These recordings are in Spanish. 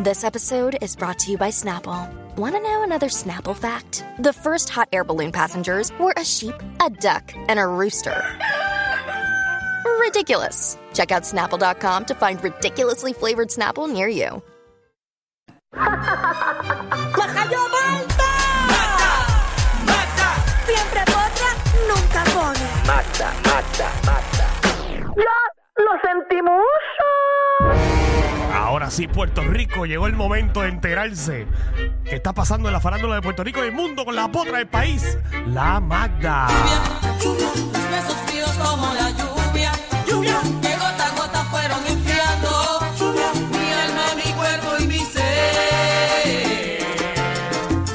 This episode is brought to you by Snapple. Want to know another Snapple fact? The first hot air balloon passengers were a sheep, a duck, and a rooster. Ridiculous. Check out snapple.com to find ridiculously flavored Snapple near you. ¡Majayo Malta! Siempre potra, nunca pone. ¡Ya lo sentimos! Ahora sí, Puerto Rico, llegó el momento de enterarse qué está pasando en la farándula de Puerto Rico y el mundo con la potra del país, la Magda. Tus besos fríos como la lluvia, lluvia, que gota a gota fueron enfriando, lluvia, mi alma, mi cuerpo y mi ser.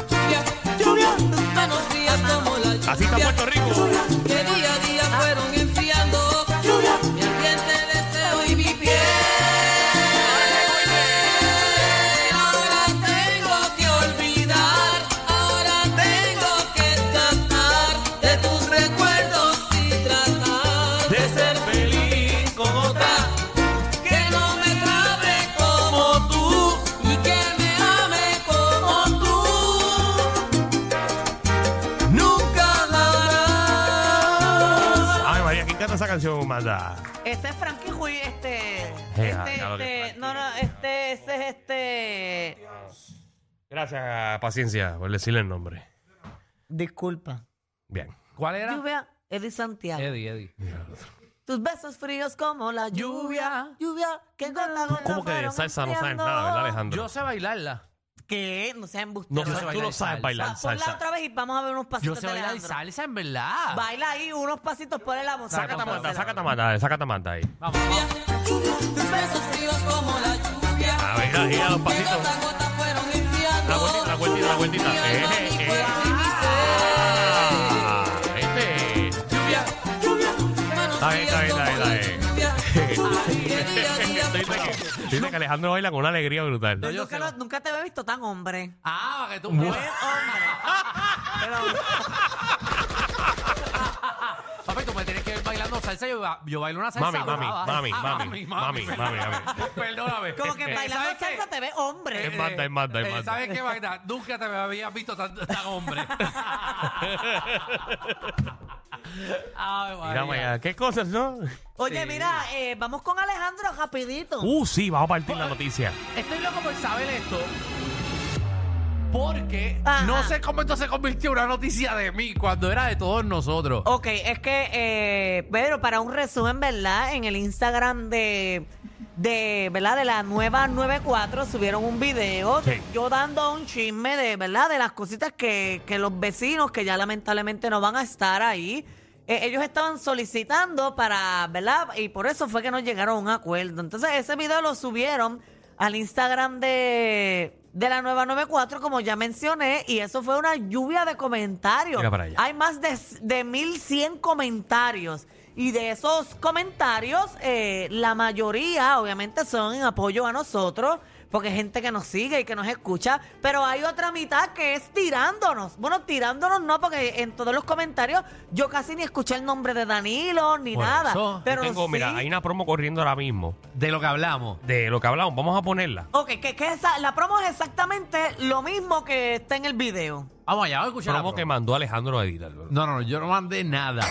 Lluvia, lluvia, tus manos frías como la lluvia. Así está Puerto Rico. Que día a día fueron enfriando, lluvia, mi ardiente deseo y mi piel. Ahora tengo que olvidar, ahora tengo que tratar de tus recuerdos y tratar de ser feliz con otra. Que no me trabe como tú y que me ame como tú. Nunca darás. Ay, María, ¿quién canta esa canción, Magda? Ese es Frankie Huy, este. Ya, este, ya lo que este- es Frankie. no, no, este, ese es este. Gracias, paciencia, por decirle el nombre. Disculpa. Bien. ¿Cuál era? Lluvia, Eddie Santiago. Eh. Eddie, Eddie. Tus besos fríos como la lluvia. Lluvia, que gota a gota ¿Cómo que de fueron salsa no sabes enfriando. nada, verdad, Alejandro? Yo sé bailarla. ¿Qué? No seas embustero. no, yo sé tú bailar no sabes bailar salsa. Ponla salsa. otra vez y vamos a ver unos Yo pasitos sé de bailar Alejandro. salsa en verdad. Baila ahí unos pasitos, ponle la música. Sácate a Magda, Ponla. sácate a Magda, sácate a Magda ahí. Vamos, Lluvia, vamos. Tus besos fríos como la lluvia. A ver, ahí a los Que pasitos. gota a gota fueron enfriando. La vueltita, la vueltita, la vueltita. Eh, eh, eh. Ah, este. Lluvia, lluvia. Está bien, está bien, está bien, está bien. Lluvia, ay, que día a día Dice que- Dice que Alejandro baila con una alegría brutal. Yo yo nunca, sé, lo- no. nunca te había visto tan hombre. Ah, para que tú Buen hombre. Papi, tú me tienes que ver bailando salsa. Yo, ba- yo bailo una salsa. Mami, mami, brava. mami, Ah, mami, mami, mami, mami. Perdóname. Como que Eh, bailando ¿sabes qué? salsa te ve hombre. Es Magda, es Magda, es Eh, Magda. ¿Sabes qué, Magda? Nunca te me habías visto tan, tan hombre. Ay, Mira, María. Maya, qué cosas, ¿no? Oye, Sí. mira, eh, vamos con Alejandro rapidito. Uh, sí, vamos a partir la noticia. Estoy loco por saber esto. Porque Ajá. no sé cómo esto se convirtió en una noticia de mí cuando era de todos nosotros. Ok, es que, eh, Pedro, para un resumen, ¿verdad? En el Instagram de, de, ¿verdad? De la nueva 94 subieron un video. Sí. Yo dando un chisme de, ¿verdad? De las cositas que, que los vecinos, que ya lamentablemente no van a estar ahí, eh, ellos estaban solicitando para, ¿verdad? Y por eso fue que no llegaron a un acuerdo. Entonces, ese video lo subieron al Instagram de... De la nueva 94, como ya mencioné, y eso fue una lluvia de comentarios. Mira para allá. Hay más de, de 1100 comentarios. Y de esos comentarios, eh, la mayoría obviamente son en apoyo a nosotros, porque es gente que nos sigue y que nos escucha, pero hay otra mitad que es tirándonos. Bueno, tirándonos no, porque en todos los comentarios yo casi ni escuché el nombre de Danilo ni Por nada. eso, pero Tengo, sí- mira, hay una promo corriendo ahora mismo De lo que hablamos. de lo que hablamos. Vamos a ponerla. Ok, que, que esa- la promo es exactamente lo mismo que está en el video. Vamos allá, vamos a escuchar. la Promo que promo. mandó Alejandro a editar. bro. No, no, no, yo no mandé nada.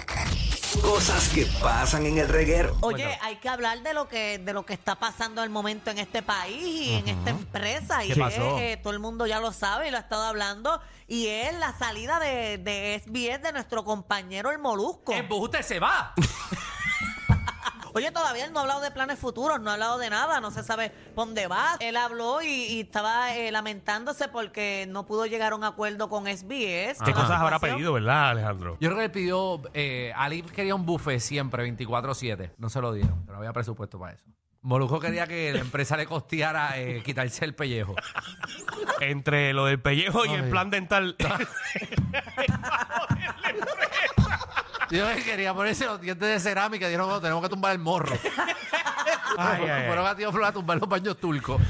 Cosas que pasan en el reguero. Oye, hay que hablar de lo que de lo que está pasando al momento en este país y en esta empresa. Y ¿Qué es, pasó? eh, todo el mundo ya lo sabe y lo ha estado hablando. Y es la salida de, de SBS de nuestro compañero el Molusco. El Eh, pues usted se va. Oye, todavía él no ha hablado de planes futuros, no ha hablado de nada, no se sabe por dónde va. Él habló y, y estaba eh, lamentándose porque no pudo llegar a un acuerdo con ¿Qué SBS. con la cosas habrá situación. pedido, verdad, Alejandro? Yo creo que él pidió. Eh, Ali quería un buffet siempre, 24-7. No se lo dieron, pero no había presupuesto para eso. Molusco quería que la empresa le costeara eh, quitarse el pellejo. Entre lo del pellejo y el Ay. plan dental. Yo le quería ponerse los dientes de cerámica y dijeron, no, tenemos que tumbar el morro. Ay, ay, ay. Fueron a Tío Flor a tumbar los baños turcos.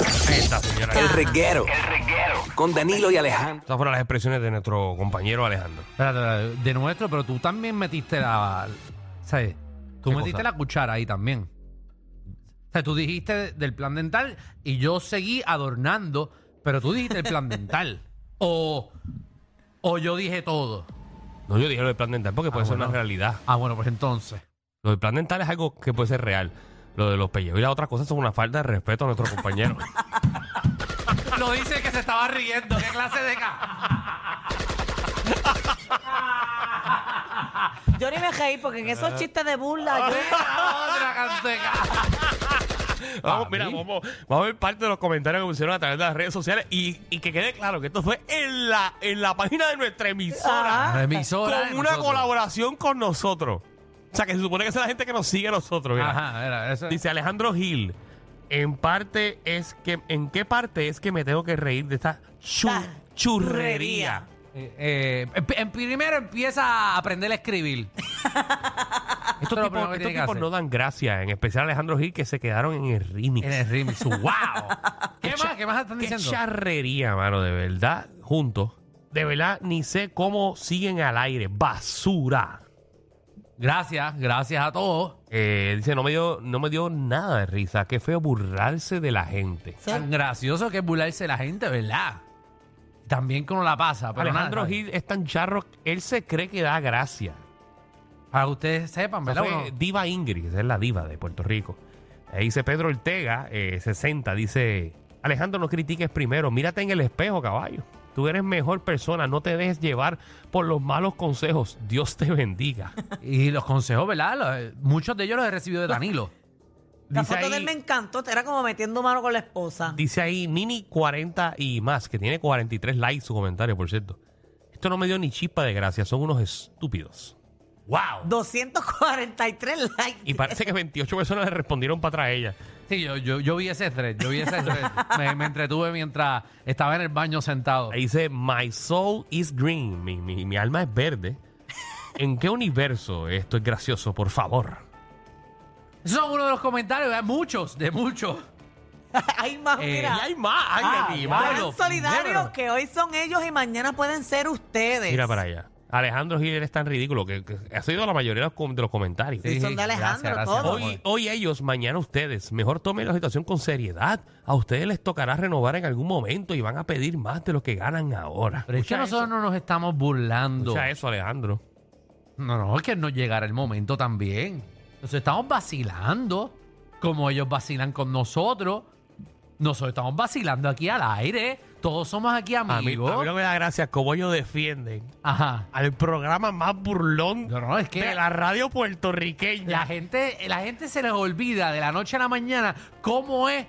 Ahí está, señora. El reguero. Con Danilo y Alejandro. Estas fueron las expresiones de nuestro compañero Alejandro. Espérate, espérate, de nuestro, pero tú también metiste la. ¿Sabes? Tú ¿Qué metiste cosa? la cuchara ahí también. O sea, tú dijiste de- del plan dental y yo seguí adornando, pero tú dijiste el plan dental. O, o yo dije todo. No, yo dije lo del plan dental porque puede ser una realidad. Ah, bueno, pues entonces. Lo del plan dental es algo que puede ser real. Lo de los pellejos y las otras cosas son una falta de respeto a nuestro compañero. Lo dice el que se estaba riendo. ¿Qué clase de ca? Yo ni me reí porque en esos chistes de burla yo... Otra canteca. vamos, ¿A mira, mí? vamos, vamos a ver parte de los comentarios que pusieron a través de las redes sociales y, y que quede claro que esto fue en la, en la página de nuestra emisora. Ajá. La emisora. con de una nosotros. colaboración con nosotros. O sea, que se supone que es la gente que nos sigue a nosotros. mira. Ajá, era eso. Dice Alejandro Gil, en parte es que, ¿en qué parte es que me tengo que reír de esta chu- Ah, churrería? Eh, eh, emp- en primero empieza a aprender a escribir. Esto Estos tipos, estos tipos no dan gracia, en especial Alejandro Gil, que se quedaron en el remix. En el remix. ¡Wow! ¿Qué más? ¿Qué más están Qué diciendo? charrería, mano, de verdad, juntos. De verdad, ni sé cómo siguen al aire. Basura. Gracias, gracias a todos. Eh, dice, no me, dio, no me dio nada de risa. Qué feo burlarse de la gente. Tan gracioso que es burlarse de la gente, ¿verdad? También que uno la pasa. Pero Alejandro nada, Gil es tan charro, él se cree que da gracia. Para que ustedes sepan, Esa ¿verdad? fue Uno- Diva Ingrid, esa es la diva de Puerto Rico. Ahí dice Pedro Ortega, eh, 60, dice, Alejandro, no critiques primero, mírate en el espejo, caballo. Tú eres mejor persona, no te dejes llevar por los malos consejos. Dios te bendiga. y los consejos, ¿verdad? Los- eh, muchos de ellos los he recibido de Danilo. La Dice foto de él ahí, me encantó, era como metiendo mano con la esposa. dice ahí Nini 40 y más, que tiene 43 likes su comentario, por cierto. Esto no me dio ni chispa de gracia, son unos estúpidos. ¡Wow! 243 likes. Y parece que 28 personas le respondieron para atrás a ella. Sí, yo, yo, yo vi ese thread, yo vi ese thread. me, me entretuve mientras estaba en el baño sentado. Ahí dice, My soul is green, mi, mi- mi alma es verde. ¿En qué universo esto es gracioso, por favor? Esos son uno de los comentarios, ¿verdad? muchos, de muchos. Hay más, Eh, mira. Y hay más, hay Eran animales. solidarios que hoy son ellos y mañana pueden ser ustedes. Mira para allá. Alejandro Gil es tan ridículo que, que ha sido la mayoría de los, com- de los comentarios. Sí, son de Alejandro, todos. mi Hoy, amor. hoy ellos, mañana ustedes. Mejor tomen la situación con seriedad. A ustedes les tocará renovar en algún momento y van a pedir más de lo que ganan ahora. Pero es que Escucha nosotros eso. no nos estamos burlando. Escucha eso, Alejandro. No, no, es que no llegará el momento también. Nos estamos vacilando, como ellos vacilan con nosotros. Nosotros estamos vacilando aquí al aire. Todos somos aquí A mí, amigos. a mí no me da gracia cómo ellos defienden Ajá. al programa más burlón No, no, es que de la, la radio puertorriqueña. gente, la gente se les olvida de la noche a la mañana cómo es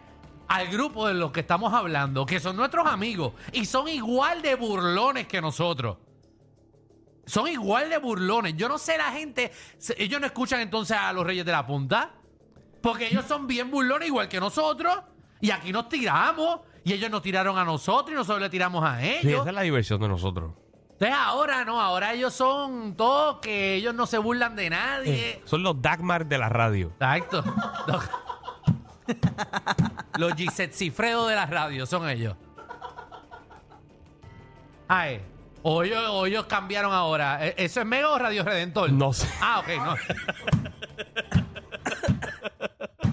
al grupo de los que estamos hablando, que son nuestros amigos y son igual de burlones que nosotros. Son igual de burlones. Yo no sé la gente, se- ellos no escuchan entonces a los Reyes de la Punta, porque ellos son bien burlones igual que nosotros y aquí nos tiramos y ellos nos tiraron a nosotros y nosotros le tiramos a Sí, ellos. esa es la diversión de nosotros. Entonces ahora no, ahora ellos son todos que ellos no se burlan de nadie. Eh, Son los Dagmar de la radio. Exacto. Los- Los Gisette Cifredo de la radio son ellos. Ay, o ellos, o ellos cambiaron ahora. ¿E- ¿Eso es Mega o Radio Redentor? No sé. Ah, ok, no.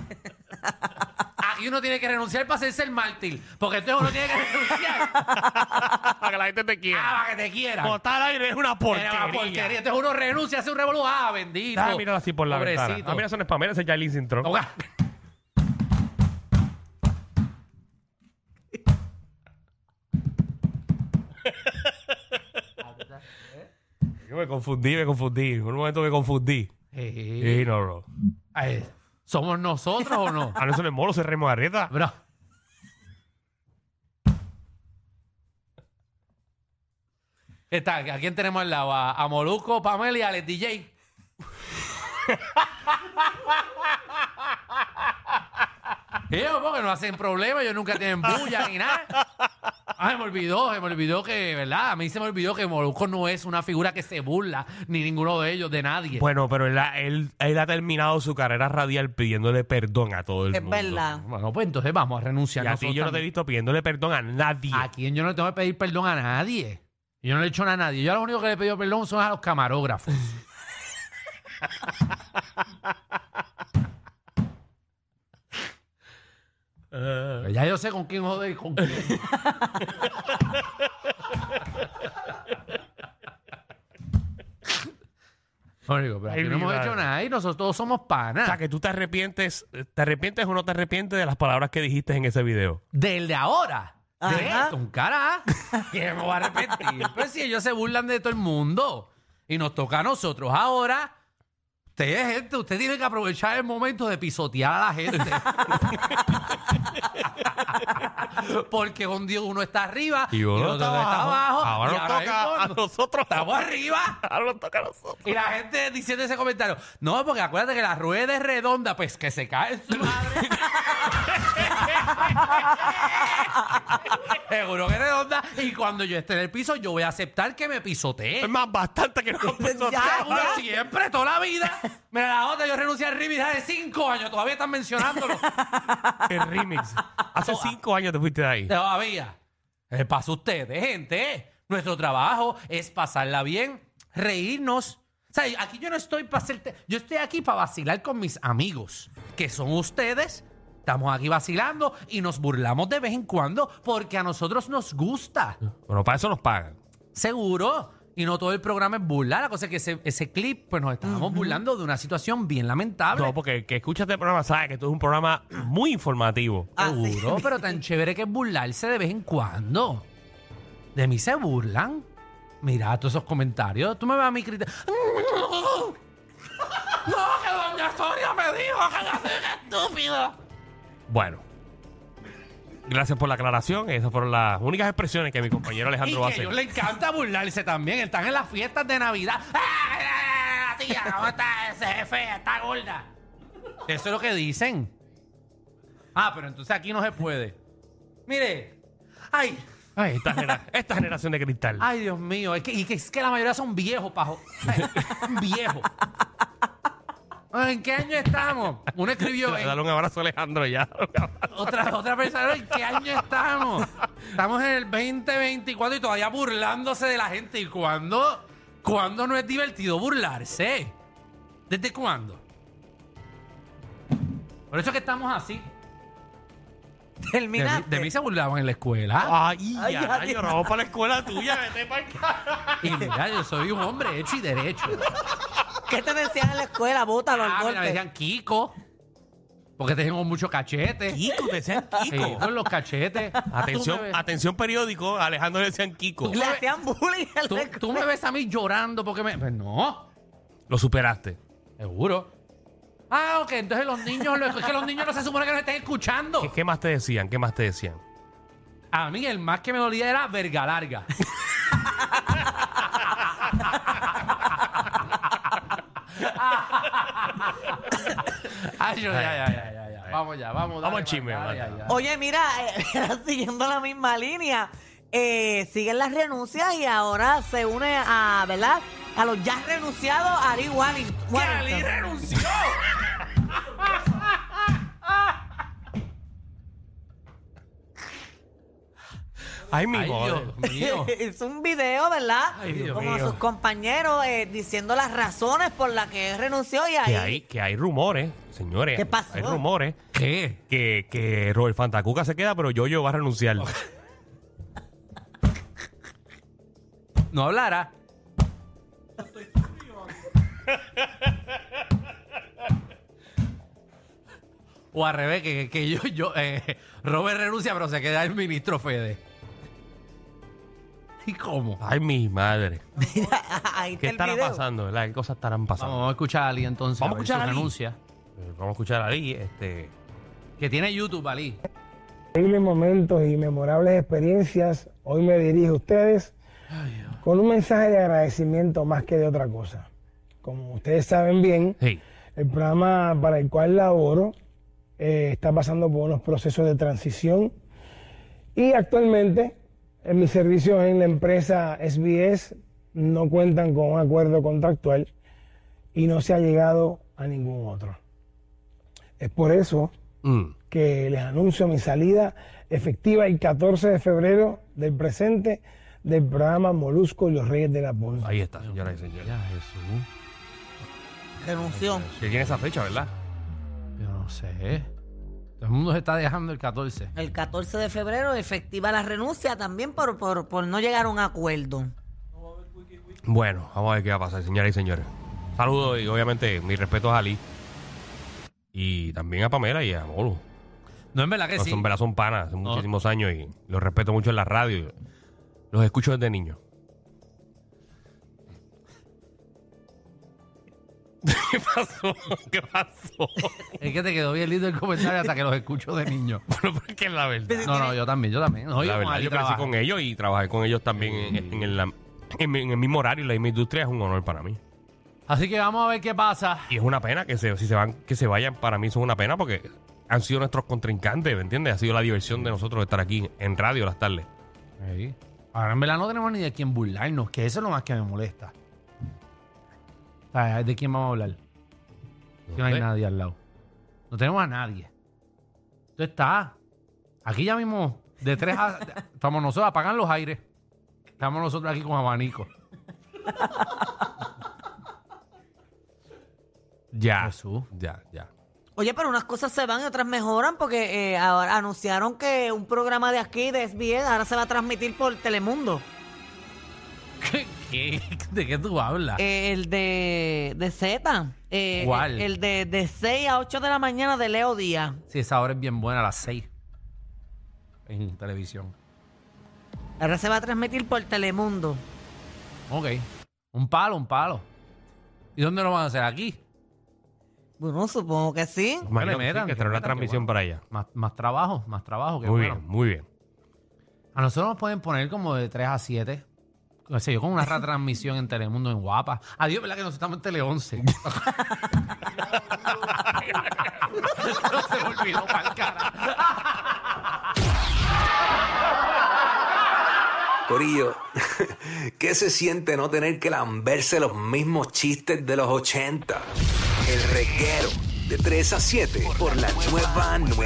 Aquí uno tiene que renunciar para hacerse el mártir. Porque entonces uno tiene que renunciar ah, Para que la gente te quiera. para que te quieran. Ah, Botar al aire es una Era una porquería. Entonces uno renuncia, hace un revolú. Ah, bendito. Ah, míralo así por la ventana. Pobrecito. Ah, mira, son spameras, es Yailin Sintron. Hogar. Yo me confundí, me confundí. Por un momento me confundí. Eh, Sí, no, Ah, bro. ay, ¿Somos nosotros o no? A nosotros en molo se remo garreta. Bro. Está, ¿A quién tenemos al lado? A, a Molusco, Pamela y al DJ. Ellos porque no hacen problema, ellos nunca tienen bulla ni nada. Ah, se me olvidó, se me olvidó que, ¿verdad? A mí se me olvidó que Molusco no es una figura que se burla, ni ninguno de ellos, de nadie. Bueno, pero él, ha- él, él ha terminado su carrera radial pidiéndole perdón a todo el Es mundo. verdad. Bueno, pues entonces vamos a renunciar. Y a ti nosotros yo no te he también. visto pidiéndole perdón a nadie. ¿A quién yo no le tengo que pedir perdón a nadie? Yo no le he hecho nada a nadie. Yo lo único que le he pedido perdón son a los camarógrafos. Pues Ya yo sé con quién joder y con quién. No, digo, pero aquí Ay, no hemos mira. hecho nada y nosotros todos somos O sea, panas. que tú te arrepientes, te arrepientes o no te arrepientes de las palabras que dijiste en ese video. Del de ahora. De Ajá. esto, un cara. Que me voy a arrepentir. Pero si ellos se burlan de todo el mundo y nos toca a nosotros ahora. Usted es gente, usted tiene que aprovechar el momento de pisotear a la gente. Porque un día uno está arriba Y uno está, abajo. Ahora y nos ahora mismo toca a nosotros. Estamos arriba. Ahora nos toca a nosotros. Y la gente diciendo ese comentario. No, porque acuérdate que la rueda es redonda, pues que se cae en su madre. Seguro que es redonda. Y cuando yo esté en el piso, yo voy a aceptar que me Es pisoteen. más, bastante que no nos pisotearon. Seguro siempre, toda la vida. Mira la otra, yo renuncié al Ribis hace cinco años. Todavía están mencionándolo. El remix. Hace cinco años te fuiste de ahí. Todavía. Eh, Pasa ustedes, gente. eh. Nuestro trabajo es pasarla bien, reírnos. O sea, aquí yo no estoy para hacerte. Yo estoy aquí para vacilar con mis amigos, que son ustedes. Estamos aquí vacilando y nos burlamos de vez en cuando porque a nosotros nos gusta. Bueno, para eso nos pagan. Seguro. Y no todo el programa es burlar. La cosa es que ese, ese clip, pues nos estábamos burlando de una situación bien lamentable. No, porque el que escucha este programa sabe que esto es un programa muy informativo. Así. Seguro, pero tan chévere que es burlarse de vez en cuando. De mí se burlan. Mira todos esos comentarios. Tú me vas a mi criterio. ¡No! ¡Que doña Soria me dijo que yo soy estúpido! Bueno. Gracias por la aclaración. Esas fueron las únicas expresiones que mi compañero Y Alejandro va a que a hacer. ellos le encanta burlarse también. Están en las fiestas de Navidad. ¡Ah, la tía! ¿Cómo está ese jefe? Está gorda. Eso es lo que dicen. Ah, pero entonces aquí no se puede. Mire. ¡Ay! Ay, esta, genera- esta generación de cristal. Ay, Dios mío, es que, y que es que la mayoría son viejos, pajo. Viejos. ¿En qué año estamos? Uno escribió, en- Dale un abrazo a Alejandro ya. otra, otra persona, ¿en qué año estamos? Estamos en el 2024 y todavía burlándose de la gente. ¿Y cuándo? ¿Cuándo no es divertido burlarse? ¿Desde cuándo? Por eso es que estamos así. De mí, Terminaste. de mí se burlaban en la escuela. Ay, Ay, ya, ay, yo no vamos para la escuela tuya. Vete para Y mira, yo soy un hombre hecho y derecho. ¿Qué te decían en la escuela? Bótalo al Ah, mira, me golpe. decían Kiko. Porque tengo mucho cachete. Kiko, te decían Sí, Kiko. con los cachetes. Atención, Ah, Tú me ves- atención periódico, a Alejandro le decían Kiko. Le hacían bullying en tú, la escuela. tú me ves a mí llorando porque me. Pues no, Lo superaste. seguro. Ah, ok, entonces los niños, lo- es que los niños no se supone que nos estén escuchando. ¿Qué, qué más te decían? ¿Qué más te decían? A mí el más que me dolía era verga larga. Ay, yo- ya, ya, ya, ya, ya. Vamos ya, vamos. Vamos dale, al chisme, dale, vale. ya, ya. Oye, mira, eh, siguiendo la misma línea, eh, siguen las renuncias y ahora se une a, ¿verdad? A los ya renunciados, Ari Walling. ¡Que Ali Wallington. renunció! Ay, mi Ay, madre. Dios mío. Hizo un video, ¿verdad? Ay, Dios Como a mío. sus compañeros eh, diciendo las razones por las que él renunció y ahí. Que hay, que hay rumores, señores. ¿Qué pasó? Hay rumores ¿Qué? que, que Robert Fantacuca se queda, pero Yoyo va a renunciar. No hablará. O al revés, que, que yo, yo eh, Robert renuncia, pero se queda el ministro Fede. ¿Y cómo? Ay, mi madre. ahí ¿Qué está el estará video. pasando? verdad? ¿Qué cosas estarán pasando? Vamos a escuchar a Ali entonces. Vamos a ver escuchar su a Ali. renuncia. Eh, Vamos a escuchar ahí, este. Que tiene YouTube, Ali. Increíbles momentos y memorables experiencias. Hoy me dirijo a ustedes con un mensaje de agradecimiento más que de otra cosa. Como ustedes saben bien, Hey. el programa para el cual laboro eh, está pasando por unos procesos de transición y actualmente en mis servicios en la empresa SBS no cuentan con un acuerdo contractual y no se ha llegado a ningún otro. Es por eso Mm. que les anuncio mi salida efectiva el 14 de febrero del presente del programa Molusco y los Reyes de la Punta. Ahí está, señoras y señores. Ya, Jesús. Renunció. Que tiene esa fecha, ¿verdad? Yo no sé. Todo el mundo se está dejando el 14. El 14 de febrero efectiva la renuncia también por, por, por no llegar a un acuerdo. Bueno, vamos a ver qué va a pasar, señoras y señores. Saludos y obviamente mis respetos a Ali. Y también a Pamela y a Molo. No es verdad que No, Eh, sí. Son, ¿verdad? son panas, hace muchísimos años y los respeto mucho en la radio. Los escucho desde niño. ¿Qué pasó? ¿Qué pasó? Es que te quedó bien lindo el comentario hasta que los escucho de niño. Bueno, porque es la verdad. No, no, yo también, yo también. No, la verdad, yo crecí con ellos y trabajé con ellos también en, en el, en mi- en el mismo horario y la misma industria es un honor para mí. Así que vamos a ver qué pasa. Y es una pena que se, si se van, que se vayan, para mí son una pena porque han sido nuestros contrincantes, ¿me entiendes? Ha sido la diversión de nosotros estar aquí en radio las tardes. Ahora en verdad no tenemos ni de quién burlarnos, que eso es lo más que me molesta. O sea, ¿De quién vamos a hablar? Si no hay sé. nadie al lado. No tenemos a nadie. Tú está. Aquí ya mismo, de tres a. Estamos nosotros, apagan los aires. Estamos nosotros aquí con abanico. Ya. Jesús. Ya, ya. Oye, pero unas cosas se van y otras mejoran porque eh, ahora anunciaron que un programa de aquí, de SBS, ahora se va a transmitir por Telemundo. ¿Qué- qué- ¿De qué tú hablas? Eh, el de, de Z. eh, ¿Cuál? El, el de, de 6 a 8 de la mañana de Leo Díaz. Sí, esa hora es bien buena, a las 6. En televisión. Ahora se va a transmitir por Telemundo. Ok. Un palo, un palo. ¿Y dónde lo van a hacer? Aquí. Bueno, supongo que sí. Imagino que sí, metan, que que traer la metan, que transmisión bueno. para allá. Más, más trabajo, más trabajo. Que Muy bueno. bien, muy bien. A nosotros nos pueden poner como de 3 a 7. No sé, yo con una retransmisión en Telemundo en Guapa. Adiós, ¿verdad? Que nosotros estamos en Tele 11. no se me olvidó para cara. Corillo, ¿qué se siente no tener que lamberse los mismos chistes de los 80? El reguero de 3 a 7 por la nueva 9.